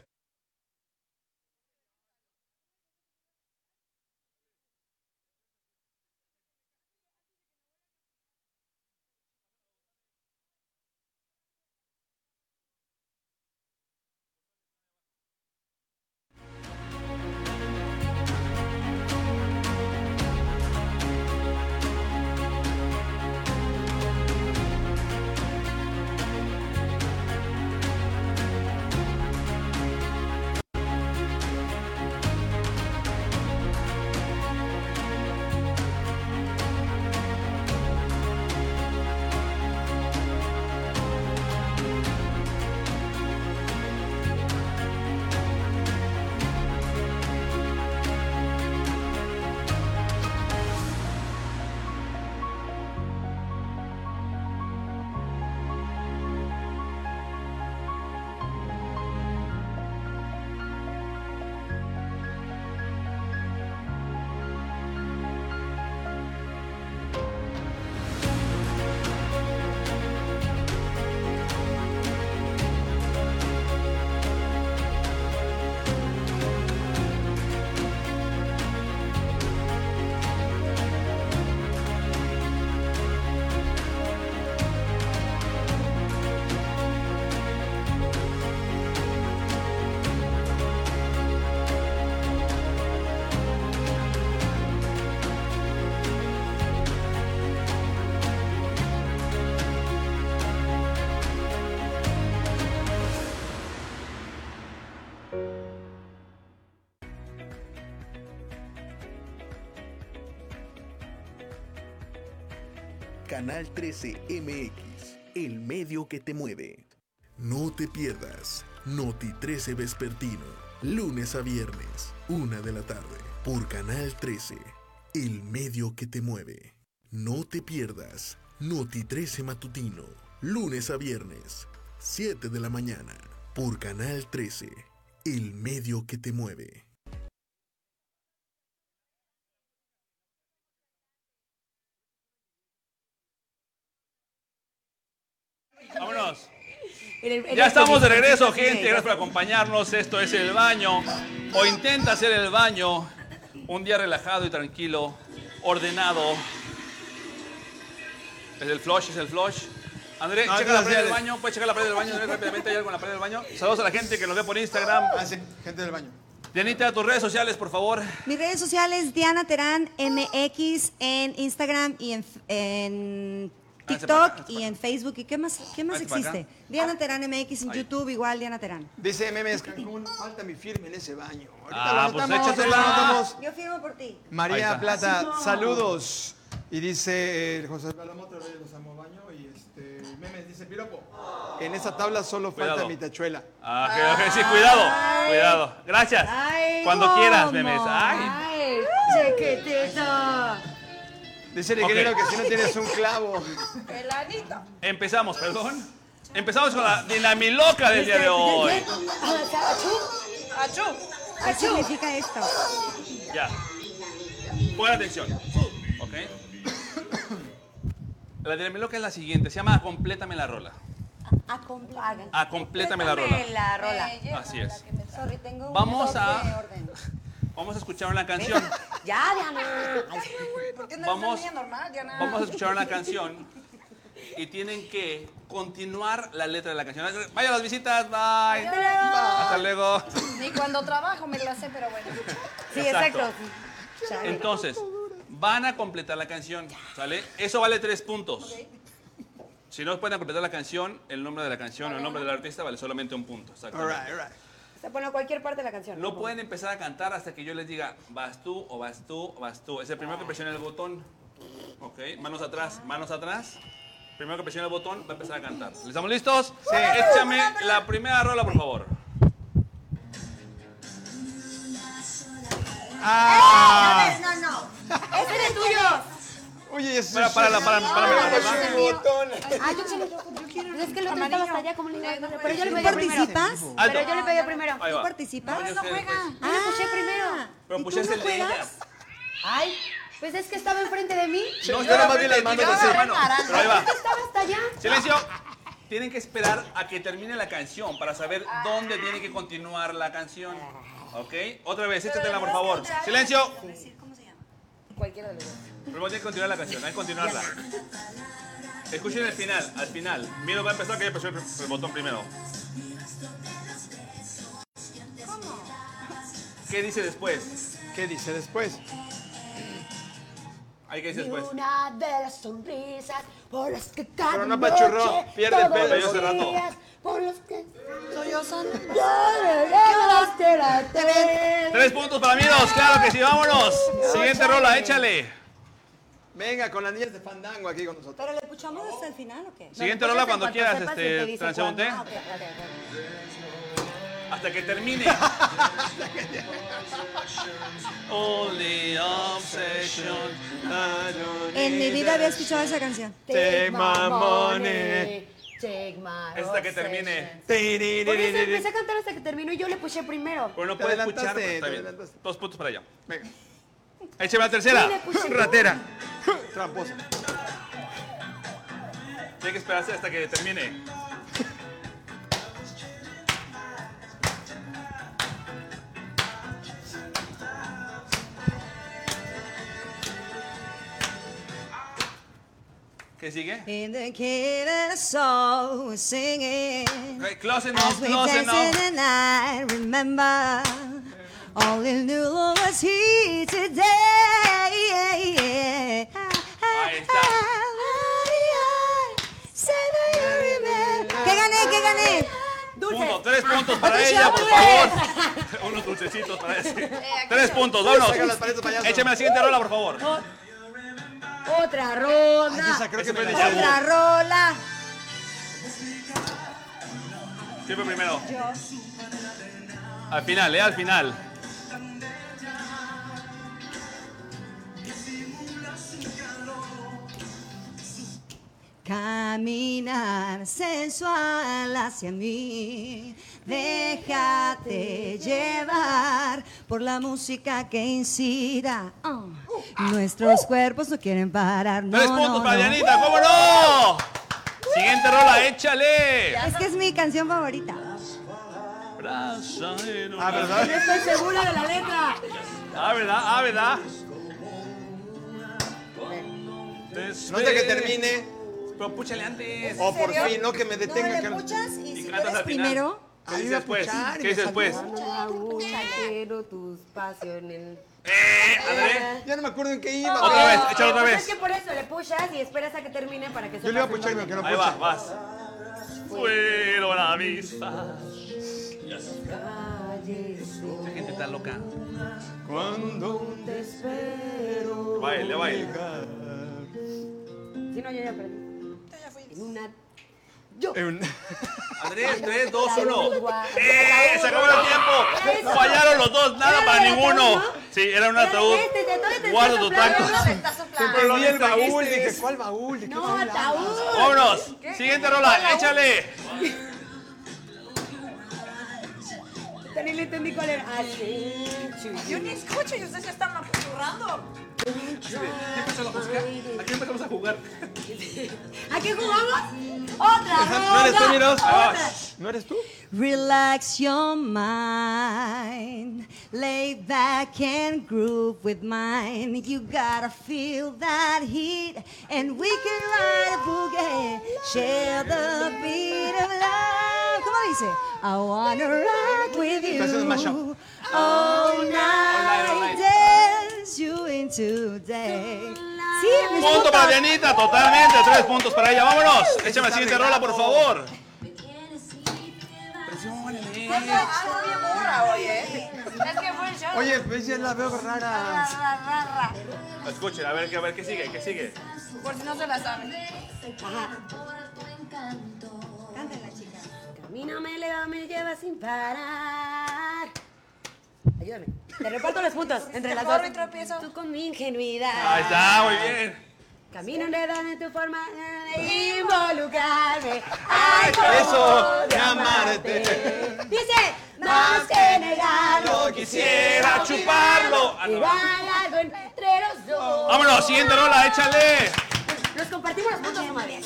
Speaker 3: Canal 13 MX, el medio que te mueve. No te pierdas Noti 13 Vespertino, lunes a viernes, una de la tarde, por Canal 13, el medio que te mueve. No te pierdas Noti 13 Matutino, lunes a viernes, 7 de la mañana, por Canal 13, el medio que te mueve.
Speaker 2: Vámonos.
Speaker 1: En el- en
Speaker 2: Ya
Speaker 1: el-
Speaker 2: estamos de
Speaker 1: en el-
Speaker 2: regreso,
Speaker 1: en el-
Speaker 2: gente. Gracias por acompañarnos. Esto es El Baño. O intenta hacer el baño. Un día relajado y tranquilo, ordenado. Es el flush, es el flush. Andrés,
Speaker 5: No,
Speaker 2: checa la
Speaker 5: no,
Speaker 2: pared del
Speaker 5: sí,
Speaker 2: baño. Puedes checar la pared del baño, Andrés, rápidamente. ¿Hay algo en la pared del baño? Saludos a la gente que nos ve por Instagram.
Speaker 5: Ah, sí, gente del baño.
Speaker 2: Dianita, tus redes sociales, por favor.
Speaker 7: Mis redes sociales, Diana Terán MX en Instagram y en, en
Speaker 2: Háganse Ah, para acá,
Speaker 7: TikTok y en Facebook. ¿Y qué más, qué más
Speaker 2: Háganse para
Speaker 7: existe?
Speaker 2: acá.
Speaker 7: Diana Terán MX en
Speaker 2: Ahí.
Speaker 7: YouTube, igual Diana Terán.
Speaker 5: Dice Memes Cancún, falta mi firme en ese baño. Ahorita
Speaker 2: Ah,
Speaker 5: lo
Speaker 2: pues
Speaker 5: anotamos,
Speaker 2: échatela.
Speaker 5: ahorita lo anotamos.
Speaker 7: Yo firmo por ti.
Speaker 2: Ahí
Speaker 5: María
Speaker 2: está.
Speaker 5: Plata, saludos. Y dice eh, José Palomotro Reyes los amo baño y este Memes dice piropo. En esa tabla solo
Speaker 2: Cuidado.
Speaker 5: falta mi tachuela.
Speaker 2: Ah, ok, ok, sí, cuidado, cuidado. Gracias.
Speaker 1: Ay,
Speaker 2: Cuando
Speaker 1: ¿cómo?
Speaker 2: quieras, memes. Ay.
Speaker 1: Ay, chequeteta.
Speaker 5: Dice el ingeniero
Speaker 2: Ok.
Speaker 5: que si no tienes un clavo.
Speaker 6: El anito.
Speaker 2: Empezamos, perdón. Empezamos con la dinamiloca del día
Speaker 7: Este,
Speaker 2: de hoy.
Speaker 6: Achú.
Speaker 7: ¿Qué significa esto?
Speaker 2: Ya. Pon atención. ¿Ok? La dinamiloca es la siguiente. Se llama Complétame la rola. A Ah, Complétame la rola.
Speaker 1: La rola.
Speaker 6: Eh,
Speaker 2: Así es.
Speaker 7: Sorry, tengo un
Speaker 2: Vamos a-
Speaker 7: doble orden.
Speaker 2: Vamos a escuchar una canción.
Speaker 1: Ya, Diana. Ay,
Speaker 6: ¿Por qué no
Speaker 2: Vamos.
Speaker 6: es una niña normal, Diana?
Speaker 2: Vamos a escuchar una canción y tienen que continuar la letra de la canción. Vaya a las visitas. Bye. Hasta luego.
Speaker 6: Ni cuando trabajo me la sé, pero bueno.
Speaker 1: Sí,
Speaker 2: Exacto.
Speaker 1: exacto.
Speaker 2: Entonces, van a completar la canción, ¿sale? Eso vale tres puntos. Si no pueden completar la canción, el nombre de la canción o el nombre del artista vale solamente un punto.
Speaker 5: All
Speaker 2: exactamente.
Speaker 5: right, all right.
Speaker 1: O sea, ponlo cualquier parte de la canción.
Speaker 2: No pueden empezar a cantar hasta que yo les diga, vas tú o vas tú o vas tú. Es el primero que presione el botón. Ok, manos atrás, manos atrás. Primero que presione el botón va a empezar a cantar. ¿Les ¿Estamos listos? Sí. Échame la primera rola, por favor.
Speaker 5: Ah,
Speaker 7: No, no.
Speaker 1: Este es tuyo.
Speaker 5: oye, eso
Speaker 2: Para,
Speaker 5: es-
Speaker 2: para, para, para, para, para, para.
Speaker 1: Ah, yo quiero. Yo quiero. Es que el otro estaba hasta allá como le iba a Pero yo le
Speaker 7: ¿Tú
Speaker 1: pegué primero.
Speaker 7: participas?
Speaker 2: Alto.
Speaker 1: Pero yo le pegué primero.
Speaker 2: Ahí
Speaker 1: Yo
Speaker 2: va.
Speaker 7: participas?
Speaker 2: No, yo
Speaker 7: No
Speaker 2: sé después.
Speaker 7: Ah,
Speaker 1: le puse primero.
Speaker 7: ¿Y
Speaker 2: Pero
Speaker 7: tú
Speaker 2: pusiste
Speaker 7: no
Speaker 2: el de ella.
Speaker 7: juegas?
Speaker 1: Ay, pues es que estaba enfrente de mí.
Speaker 2: No,
Speaker 5: yo nada más vi las
Speaker 2: enfrente de ti,
Speaker 5: manos
Speaker 2: yo
Speaker 5: así.
Speaker 2: la mano, Pero ahí va.
Speaker 1: Es que estaba hasta allá.
Speaker 2: Silencio. Tienen que esperar a que termine la canción para saber dónde tiene que continuar la canción. ¿Ok? Otra vez, échatela, por favor. Silencio.
Speaker 6: Cualquiera de los dos.
Speaker 2: Primero tiene que continuar la canción, hay que continuarla. Escuchen el final, al final. Miro va a empezar que ya presionó el pr- el botón primero. ¿Qué dice después?
Speaker 5: ¿Qué dice después?
Speaker 2: Hay que decir después.
Speaker 8: Una de las sonrisas por las que cada
Speaker 5: Pero no
Speaker 8: noche,
Speaker 5: apachurró, pierde el
Speaker 8: todos
Speaker 5: pelo,
Speaker 8: los
Speaker 2: yo hace rato.
Speaker 8: días, Por los que sollozan.
Speaker 2: Tres puntos para Miros, claro que sí, vámonos. Siguiente rola, échale.
Speaker 5: Venga, con las niñas de Fandango aquí con nosotros.
Speaker 7: ¿Pero le escuchamos hasta el final o qué?
Speaker 1: pues
Speaker 2: Siguiente rola cuando quieras, este, transeúnte.
Speaker 1: Ah,
Speaker 2: Hasta que termine. Only obsession. I don't
Speaker 7: En mi
Speaker 2: need
Speaker 7: vida
Speaker 2: it.
Speaker 7: había escuchado esa canción.
Speaker 5: Take my money.
Speaker 8: Take my
Speaker 2: Es hasta que termine.
Speaker 1: Por eso empecé a cantar hasta que terminó y yo le puse primero.
Speaker 2: Pero no
Speaker 5: Te
Speaker 2: puede
Speaker 5: adelantaste,
Speaker 2: escuchar. pero
Speaker 5: te
Speaker 2: Está bien.
Speaker 5: adelantaste.
Speaker 2: Dos puntos para allá.
Speaker 5: Venga,
Speaker 2: Écheme la
Speaker 1: Sí,
Speaker 2: tercera.
Speaker 1: le puse
Speaker 2: Ratera.
Speaker 5: tramposa.
Speaker 2: Tiene que esperarse hasta que termine. ¿Qué sigue?
Speaker 7: In the kid soul singing.
Speaker 2: Okay, close enough,
Speaker 7: As we
Speaker 2: close
Speaker 7: danced in
Speaker 2: enough.
Speaker 7: the night, remember only knew Lord was here today.
Speaker 2: Ahí está.
Speaker 7: ¿Qué gané? ¿Qué gané?
Speaker 2: Punto,
Speaker 7: Ah,
Speaker 2: tres puntos para ella, por favor. Unos dulcecitos para ese.
Speaker 6: Eh,
Speaker 2: Tres puntos, vámonos.
Speaker 5: Saca las paletas, payaso.
Speaker 2: Écheme la siguiente rola, por favor.
Speaker 8: Otra ronda.
Speaker 5: Ay, esa creo que
Speaker 2: Ese
Speaker 5: me
Speaker 2: me
Speaker 5: la
Speaker 2: la
Speaker 5: sé.
Speaker 7: Otra rola.
Speaker 2: Siempre primero. Al final, eh, al final.
Speaker 7: Caminar sensual hacia mí, déjate llevar por la música que incita. Ah, Nuestros cuerpos no quieren parar. No,
Speaker 2: Tres
Speaker 7: no,
Speaker 2: puntos para
Speaker 7: no.
Speaker 2: Dianita, ¿cómo no? Siguiente rola, échale.
Speaker 7: Es que es mi canción favorita.
Speaker 2: Ah, ¿verdad?
Speaker 8: Estoy segura de la letra.
Speaker 2: Ah, ¿verdad? Ah, ¿verdad?
Speaker 5: No hasta que termine.
Speaker 2: Pero púchale antes.
Speaker 5: O por
Speaker 7: serio?
Speaker 5: fin, no que me
Speaker 7: No,
Speaker 5: detenga.
Speaker 7: le
Speaker 5: que no-
Speaker 7: puchas y
Speaker 2: Y
Speaker 7: si tú
Speaker 2: cantas
Speaker 7: eres
Speaker 2: al final.
Speaker 7: primero,
Speaker 2: ¿Qué dices después?
Speaker 5: puchar y
Speaker 2: ¿Qué dices
Speaker 5: me
Speaker 2: después?
Speaker 5: sacó.
Speaker 8: Quiero tus pasiones.
Speaker 2: Eh, André.
Speaker 5: Ya no me acuerdo en qué iba.
Speaker 2: Otra
Speaker 5: güey.
Speaker 2: vez, échalo otra
Speaker 1: Pues
Speaker 2: vez.
Speaker 1: Es que por eso le puchas y esperas a que termine para que se
Speaker 5: Yo le iba a
Speaker 1: pase
Speaker 5: puchar y me quedó
Speaker 2: Ahí va,
Speaker 5: pucha.
Speaker 2: vas. Fuero la vista. La gente está loca.
Speaker 5: Cuando
Speaker 2: Baile, baile.
Speaker 1: Si no, yo ya perdí.
Speaker 8: Una
Speaker 5: en-
Speaker 2: Andrés, 3, 2, 1. ¡Eh! ¡Se acabó el tiempo! Fallaron los dos, nada para ninguno. Sí, era un ataúd.
Speaker 1: Este, te- todavía te
Speaker 2: Guarda
Speaker 1: estoy
Speaker 2: tu
Speaker 1: soplando,
Speaker 2: taco.
Speaker 6: No, me está soplando.
Speaker 5: Siempre lo vi el baúl, este dije, ¿cuál baúl? ¿De qué
Speaker 8: No, ataúd.
Speaker 2: ¡Vámonos! Siguiente rola, échale.
Speaker 7: También le entendí cuál era. Ah, sí.
Speaker 6: Yo ni escucho y ustedes ya están apurrando.
Speaker 2: Ya empezó la música. Aquí empezamos a jugar.
Speaker 8: ¿A qué jugamos? Otra
Speaker 5: ¿No eres tú,
Speaker 8: ronda.
Speaker 5: Miros?
Speaker 2: Ah,
Speaker 5: ¿No eres tú?
Speaker 7: Relax your mind, lay back and groove with mine. You gotta feel that heat, and we can ride a boogie, share the beat of love. ¿Cómo dice? I wanna rock with
Speaker 5: Está haciendo mashup.
Speaker 7: you all night, dance you into day. Sí, mis
Speaker 2: Punto para
Speaker 7: notas.
Speaker 2: Dianita, totalmente. Tres puntos para ella. Vámonos. Échame la siguiente rola, por favor.
Speaker 6: Algo bien burra hoy, ¿eh? Es que fue el show.
Speaker 5: Oye, pues ya la veo rara.
Speaker 6: Ra, ra, ra.
Speaker 2: Escuchen, a ver, a ver qué sigue, qué sigue.
Speaker 6: Por si no se la saben.
Speaker 2: Eh,
Speaker 8: Camíname, eleva, me lleva sin parar. Ayúdame.
Speaker 1: Te reparto los puntos entre las dos.
Speaker 6: Corro y tropiezo.
Speaker 8: Tú con mi ingenuidad.
Speaker 2: Ahí está, muy bien.
Speaker 8: Camino enredado en tu forma de involucrarme. Ay,
Speaker 5: Eso,
Speaker 8: de
Speaker 5: llamarte.
Speaker 8: Dice, más que negarlo,
Speaker 2: Quisiera chuparlo. Ah, no.
Speaker 8: igual algo entre los dos.
Speaker 2: Vámonos, siguiente rola, échale.
Speaker 8: Nos compartimos los puntos comadre.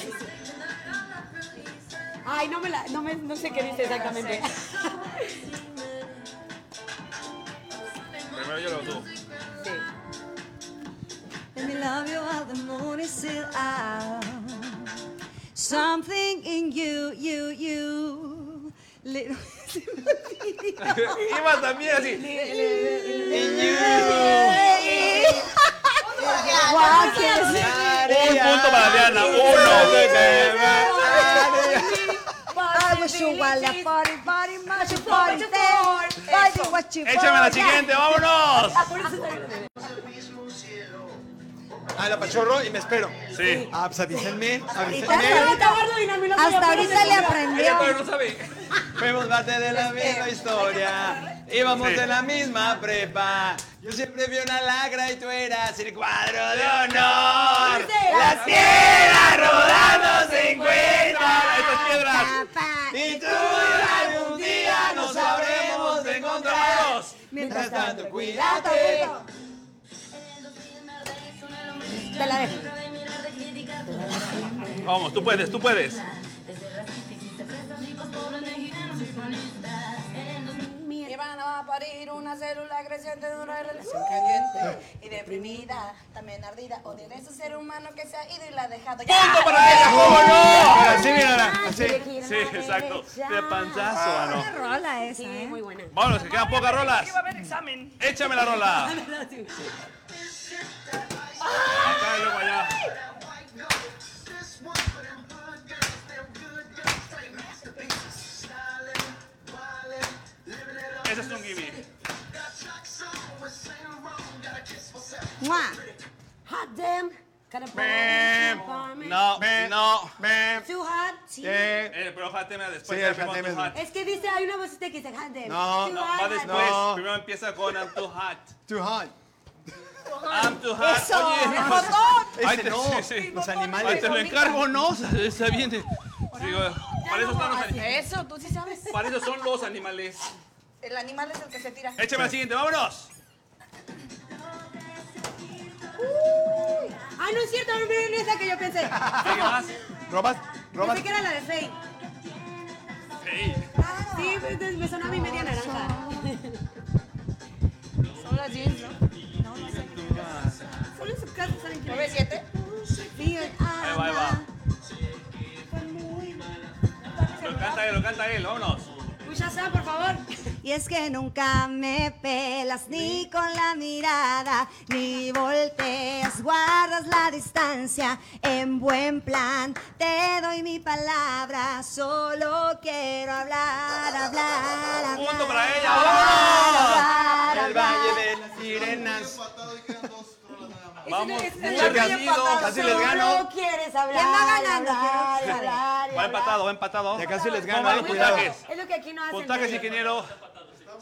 Speaker 8: Ay, no me la, no me, no sé qué dice exactamente.
Speaker 2: Primero yo lo tú.
Speaker 7: Let me love you while the moon is still out. Something in you, you, you. Little.
Speaker 2: Iba también así. Un punto para Diana. Uno.
Speaker 7: I wish you while the party, party, much you party, dance. Party, what you
Speaker 2: Échame la
Speaker 7: party.
Speaker 2: siguiente, vámonos.
Speaker 5: Ah, la pachorro y me espero.
Speaker 2: Sí.
Speaker 5: Ah, pues avísenme,
Speaker 7: Hasta
Speaker 5: avísenme.
Speaker 7: ahorita, hasta ahorita le aprendió.
Speaker 2: no sabe.
Speaker 5: Fuimos parte de la misma historia. Íbamos
Speaker 2: Sí.
Speaker 5: de la misma prepa. Yo siempre vi una lacra y tú eras el cuadro de honor. Las piedras rodando se encuentran.
Speaker 2: Estas piedras.
Speaker 5: Y tú y yo algún día nos sabremos de encontrar.
Speaker 2: encontrarnos.
Speaker 5: Mientras tanto, cuídate.
Speaker 8: Te la dejo.
Speaker 2: Vamos, tú puedes, tú puedes.
Speaker 6: Iban a parir una célula creciente de una relación
Speaker 5: Uh.
Speaker 6: caliente y deprimida, también ardida. O de ese ser humano que se ha ido y la ha dejado.
Speaker 2: Punto para ella, ¿cómo no?
Speaker 5: Así, mira, así.
Speaker 2: Sí, exacto. De panzazo, ah, no.
Speaker 7: rola esa,
Speaker 8: Sí,
Speaker 7: ¿eh?
Speaker 8: muy buena.
Speaker 2: Vámonos, que quedan pocas rolas.
Speaker 6: Iba a haber examen.
Speaker 2: Échame la rola. Acá y luego allá. Ese es un gimme.
Speaker 7: Mua.
Speaker 8: Hot damn. Kinda
Speaker 2: Bam.
Speaker 8: boring.
Speaker 2: No, no.
Speaker 8: Too hot. Sí.
Speaker 5: Eh,
Speaker 2: Eh, pero Hot Tema después.
Speaker 5: Sí,
Speaker 2: ya
Speaker 5: el
Speaker 2: firmó
Speaker 5: Hot Tema
Speaker 2: Too
Speaker 5: es-
Speaker 8: Es que dice, hay una vocecita que dice hot damn.
Speaker 5: No,
Speaker 8: Too
Speaker 2: No,
Speaker 8: hot,
Speaker 2: va
Speaker 8: hot
Speaker 2: después.
Speaker 5: No.
Speaker 2: Primero empieza con I'm too hot.
Speaker 5: too hot.
Speaker 2: I'm too hot. Oye, Ahí
Speaker 5: Ese
Speaker 2: te,
Speaker 5: no.
Speaker 2: sí, sí.
Speaker 5: Los
Speaker 2: Ahí
Speaker 5: animales.
Speaker 2: te lo encargo, ¿no? Está bien. Digo, para eso están los animales.
Speaker 6: Eso, tú sí sabes.
Speaker 2: Para eso son los animales.
Speaker 6: El animal es el que se tira.
Speaker 2: Échame la siguiente, vámonos.
Speaker 7: Ay, Ah, no es cierto, no miren esa que yo pensé.
Speaker 2: ¿Qué más?
Speaker 5: Robas, robas.
Speaker 7: Pensé que era la de Fake.
Speaker 2: Ey.
Speaker 7: Sí, pues, me sonó a mi media naranja.
Speaker 6: Son las 10, ¿no?
Speaker 7: Solo en su casa saben que
Speaker 6: 9, 7.
Speaker 2: Ahí va, ahí va. Lo canta él, lo canta él, vámonos.
Speaker 7: Muchas por favor. Y es que nunca me pelas ni con la mirada, ni volteas, guardas la distancia. En buen plan, te doy mi palabra, solo quiero hablar, hablar, hablar.
Speaker 2: Punto para ella,
Speaker 7: hablar,
Speaker 5: El
Speaker 7: hablar.
Speaker 5: valle de las sirenas.
Speaker 2: Vamos.
Speaker 5: Casi les gano.
Speaker 8: quieres hablar.
Speaker 7: ¿Quién va ganando?
Speaker 8: hablar,
Speaker 7: Quiero
Speaker 8: hablar,
Speaker 7: saber.
Speaker 2: Va
Speaker 8: hablar.
Speaker 2: empatado, va empatado.
Speaker 5: Ya casi les
Speaker 2: ¿Cómo
Speaker 5: gano,
Speaker 2: van
Speaker 5: eh,
Speaker 2: los
Speaker 5: cuidado.
Speaker 2: puntajes?
Speaker 8: Es lo que aquí no hacen.
Speaker 2: Puntajes, ingeniero.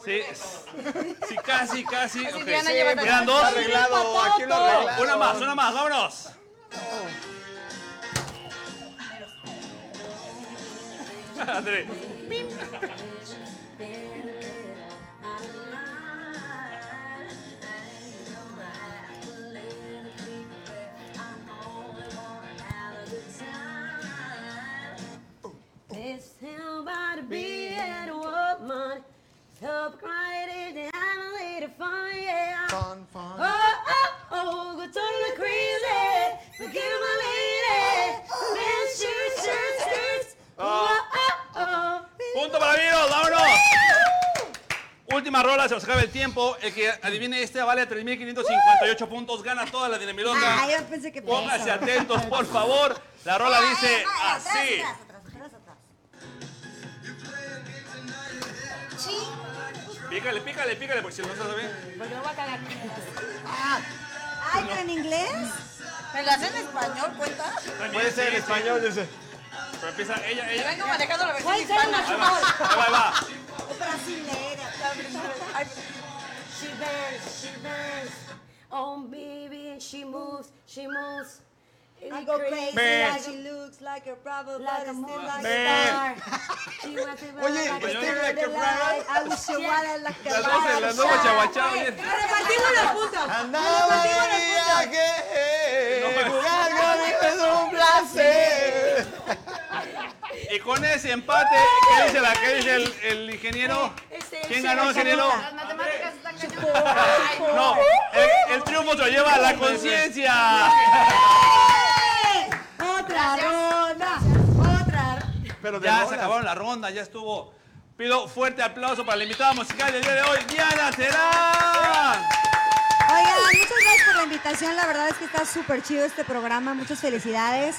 Speaker 2: Sí, sí, casi, casi. ok.
Speaker 6: Diana lleva tanto-
Speaker 2: Quedan dos.
Speaker 5: arreglado, aquí lo arreglado.
Speaker 2: Una más, una más, vámonos. André.
Speaker 8: It's about to be at woman. Help crying in the alley to find yeah.
Speaker 9: Fun, fun.
Speaker 8: Oh, oh, oh, go totally crazy. Forgive my lady. Man, shirt, shirt, shirt. Oh, oh, oh.
Speaker 2: Punto para Viros, vámonos. Última rola, se nos acaba el tiempo. El que adivine esta vale 3.558 puntos, gana toda la dinamilonga.
Speaker 7: Ah, yo pensé que
Speaker 2: Pónganse
Speaker 7: eso.
Speaker 2: atentos, por favor. La rola dice así. Pícale, pícale, pícale, porque si no se lo ve.
Speaker 6: Porque no voy a cagar.
Speaker 7: Ay, pero en inglés.
Speaker 6: ¿Me lo hacen en español, cuenta?
Speaker 5: Puede ser en español, dice.
Speaker 2: Pero empieza ella,
Speaker 6: Yo
Speaker 2: ella.
Speaker 6: vengo manejando la versión
Speaker 8: Voy a echar
Speaker 6: hispana.
Speaker 2: Ahí va, ahí va, ahí va.
Speaker 7: Es brasilera.
Speaker 6: Ay,
Speaker 8: She bends, she bends. Oh, baby, and she moves, she moves.
Speaker 7: I go crazy
Speaker 2: Man.
Speaker 7: like she looks like a problem,
Speaker 8: Like a
Speaker 7: but it's still
Speaker 8: movie
Speaker 7: like
Speaker 2: Man.
Speaker 7: a
Speaker 8: star. She wants to run
Speaker 5: Oye,
Speaker 8: like a
Speaker 5: pues
Speaker 8: star.
Speaker 5: tiene la que
Speaker 7: star. I wish you were like a
Speaker 2: Las dos, en las dos, guachá, oye.
Speaker 1: Repartimos los puntos.
Speaker 5: Andaba de viaje,
Speaker 2: No.
Speaker 5: jugar conmigo es un placer.
Speaker 2: Y con ese empate, ¿qué dice, la, qué dice el, el ingeniero? ¿Quién ganó, ingeniero?
Speaker 6: Las matemáticas están cañonas. Ay,
Speaker 2: No, el, el triunfo se lo lleva la conciencia.
Speaker 7: Otra ronda. Otra
Speaker 5: Pero de
Speaker 2: Ya
Speaker 5: bolas.
Speaker 2: se acabaron la ronda, ya estuvo. Pido fuerte aplauso para la invitada musical del día de hoy, Diana Terán.
Speaker 7: Oigan, muchas gracias por la invitación. La verdad es que está súper chido este programa. Muchas felicidades.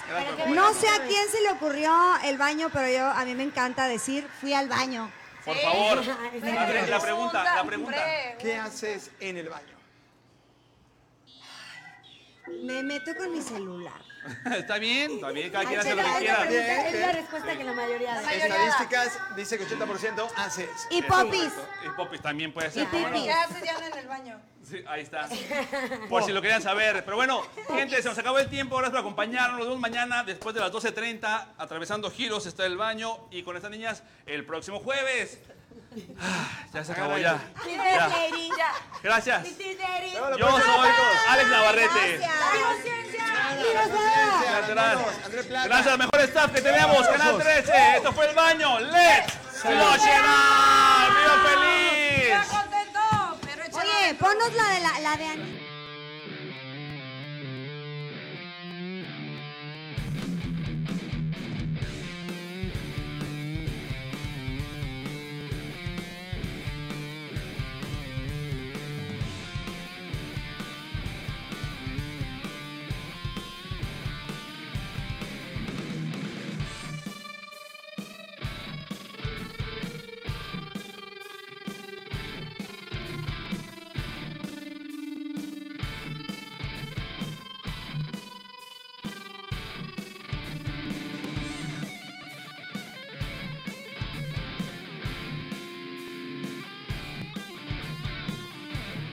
Speaker 7: No sé a quién se le ocurrió el baño, pero yo a mí me encanta decir fui al baño.
Speaker 2: Por favor.
Speaker 6: pero
Speaker 2: Andrés, la pregunta, la
Speaker 6: hombre,
Speaker 2: pregunta.
Speaker 5: ¿Qué haces en el baño?
Speaker 7: Me meto con mi celular.
Speaker 2: Está bien, está bien, cada quien hace lo que
Speaker 8: Esa
Speaker 2: quiera.
Speaker 8: pregunta Es la respuesta que la mayoría da.
Speaker 6: Mayoría.
Speaker 5: Estadísticas dice que 80% haces.
Speaker 7: Y popis.
Speaker 2: Y Popis también puede ser. ¿cómo no?
Speaker 6: ¿Qué haces Diana en el baño?
Speaker 2: Sí, ahí está. Por si lo querían saber. Pero bueno, gente, se nos acabó el tiempo. Gracias por acompañarnos. Nos vemos mañana después de las 12.30. Atravesando giros está el baño. Y con estas niñas, el próximo jueves. Ah, ya se acabó, ya. Ya. Gracias. Yo soy Alex Navarrete.
Speaker 5: André
Speaker 2: Gracias.
Speaker 5: Plata.
Speaker 2: Gracias al mejor staff que tenemos, Canal 13. Esto fue el baño. ¡Let's flush it out! ¡Viva feliz!
Speaker 6: Está contento, pero échale
Speaker 7: Oye,
Speaker 6: otro.
Speaker 7: ponos la de la, la de Ani-